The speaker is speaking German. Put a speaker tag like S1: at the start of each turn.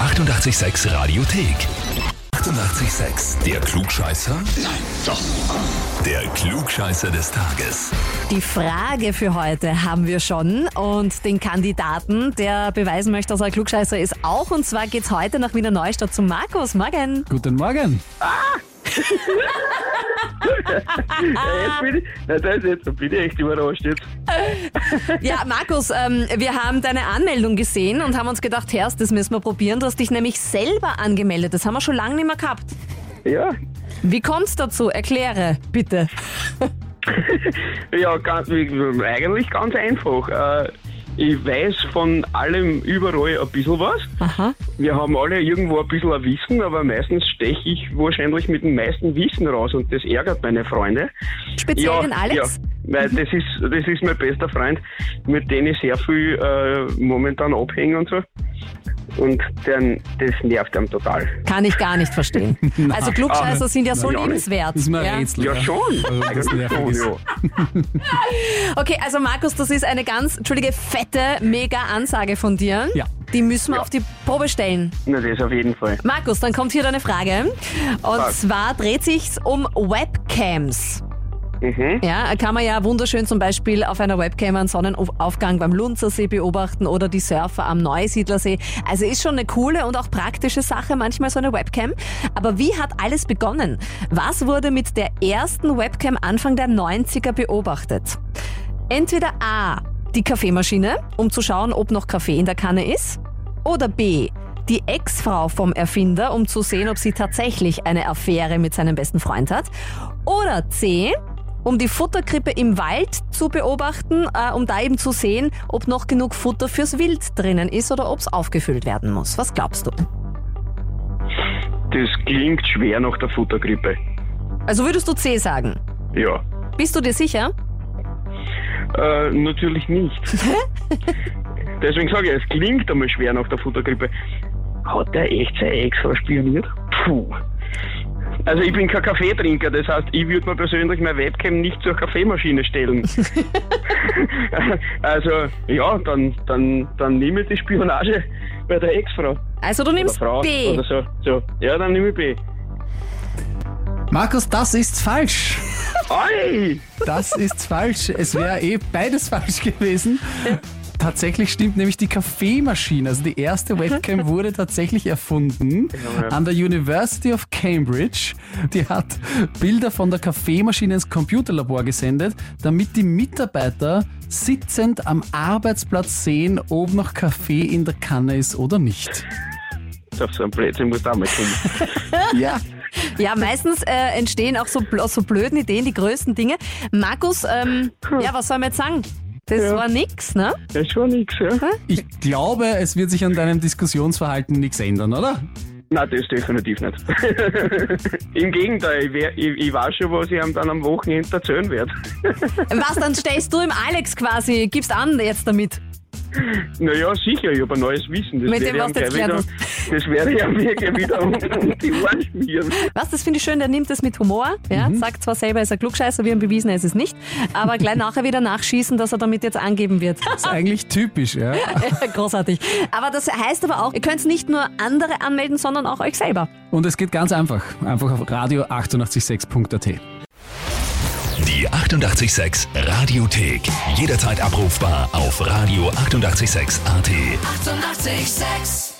S1: 886 Radiothek. 88,6. Der Klugscheißer? Nein, doch. Der Klugscheißer des Tages.
S2: Die Frage für heute haben wir schon und den Kandidaten, der beweisen möchte, dass er ein Klugscheißer ist, auch. Und zwar geht's heute nach Wiener Neustadt zu Markus. Morgen.
S3: Guten Morgen.
S4: Jetzt bin ich, na, das ist jetzt, da bin ich echt überrascht jetzt.
S2: Ja, Markus, ähm, wir haben deine Anmeldung gesehen und haben uns gedacht, Herst, das müssen wir probieren. Du hast dich nämlich selber angemeldet. Das haben wir schon lange nicht mehr gehabt.
S4: Ja,
S2: Wie kommt's dazu? Erkläre, bitte.
S4: ja ganz, eigentlich ganz einfach. Äh, ich weiß von allem überall ein bisschen was.
S2: Aha.
S4: Wir haben alle irgendwo ein bisschen ein Wissen, aber meistens steche ich wahrscheinlich mit dem meisten Wissen raus und das ärgert meine Freunde.
S2: Speziell den Alex?
S4: Ja, weil das ist, das ist mein bester Freund, mit dem ich sehr viel äh, momentan abhänge und so. Und dann, das nervt einem total.
S2: Kann ich gar nicht verstehen. Also Klugscheißer
S3: aber-
S2: sind ja so
S4: Ah, Nein, ja,
S2: liebenswert.
S3: Ist mir ein
S2: ja.
S3: Rätsel.
S4: Ja, schon.
S3: Also, das
S4: Eigentlich
S3: nervig ist.
S4: schon,
S2: Okay, also Markus, das ist eine ganz, entschuldige, fette, mega Ansage von dir.
S3: Ja.
S2: Die müssen wir auf die Probe stellen.
S4: Na, das auf jeden Fall.
S2: Markus, dann kommt hier deine Frage. Und
S4: Frage.
S2: zwar dreht sich's um Webcams.
S4: Mhm.
S2: Ja, kann man ja wunderschön zum Beispiel auf einer Webcam einen Sonnenaufgang beim Lunzersee beobachten oder die Surfer am Neusiedlersee. Also ist schon eine coole und auch praktische Sache, manchmal so eine Webcam. Aber wie hat alles begonnen? Was wurde mit der ersten Webcam Anfang der 90er beobachtet? Entweder A, die Kaffeemaschine, um zu schauen, ob noch Kaffee in der Kanne ist. Oder B, die Ex-Frau vom Erfinder, um zu sehen, ob sie tatsächlich eine Affäre mit seinem besten Freund hat. Oder C, um die Futterkrippe im Wald zu beobachten, äh, um da eben zu sehen, ob noch genug Futter fürs Wild drinnen ist oder ob es aufgefüllt werden muss. Was glaubst du?
S4: Das klingt schwer nach der Futtergrippe.
S2: Also würdest du C sagen?
S4: Ja.
S2: Bist du dir sicher?
S4: Äh, natürlich nicht. Deswegen sage ich, es klingt einmal schwer nach der Futtergrippe. Hat der echt seine Ex-Frau spioniert? Puh. Also ich bin kein Kaffeetrinker, das heißt, ich würde mir persönlich meine Webcam nicht zur Kaffeemaschine stellen. also ja, dann, dann, dann nehme ich die Spionage bei der Ex-Frau.
S2: Also du
S4: Oder
S2: nimmst
S4: Frau
S2: B.
S4: oder so, so. Ja, dann nehme ich B.
S3: Markus, das ist falsch.
S4: Ei!
S3: Das ist falsch. Es wäre eh beides falsch gewesen. Tatsächlich stimmt nämlich die Kaffeemaschine. Also die erste Webcam wurde tatsächlich erfunden
S4: Ja.
S3: an der University of Cambridge. Die hat Bilder von der Kaffeemaschine ins Computerlabor gesendet, damit die Mitarbeiter sitzend am Arbeitsplatz sehen, ob noch Kaffee in der Kanne ist oder nicht.
S4: Auf so ein Blödsinn muss da mal kommen.
S3: Ja.
S2: Ja, meistens äh, entstehen auch so, bl- aus so blöden Ideen die größten Dinge. Markus, ähm, ja, was soll man jetzt sagen? Das
S4: Ja.
S2: war nix, ne?
S4: Das ist schon nix, ja.
S3: Ich glaube, es wird sich an deinem Diskussionsverhalten nichts ändern, oder?
S4: Nein, das definitiv nicht. Im Gegenteil, ich, wär, ich, ich weiß schon, was ich ihm dann am Wochenende erzählen werde.
S2: Was, dann stellst du im Alex quasi, gibst an jetzt damit.
S4: Naja, sicher, ich habe ein neues Wissen. Das
S2: Mit
S4: werde
S2: dem,
S4: ich ihm
S2: was du jetzt
S4: gleich
S2: gelernt
S4: wieder, Das werde ich ihm hier gleich wieder um, um die Ohren schmieren.
S2: Was, das finde ich schön, der nimmt das mit Humor, ja, sagt zwar selber, er ist ein Klugscheißer, wir haben bewiesen, er ist es nicht, aber gleich nachher wieder nachschießen, dass er damit jetzt angeben wird.
S3: ist eigentlich typisch, ja.
S2: Großartig. Aber das heißt aber auch, ihr könnt nicht nur andere anmelden, sondern auch euch selber.
S3: Und es geht ganz einfach. Einfach auf radio886.at.
S1: Die 88,6 Radiothek. Jederzeit abrufbar auf radio886.at. 88,6.
S5: Eighty-eight, sex.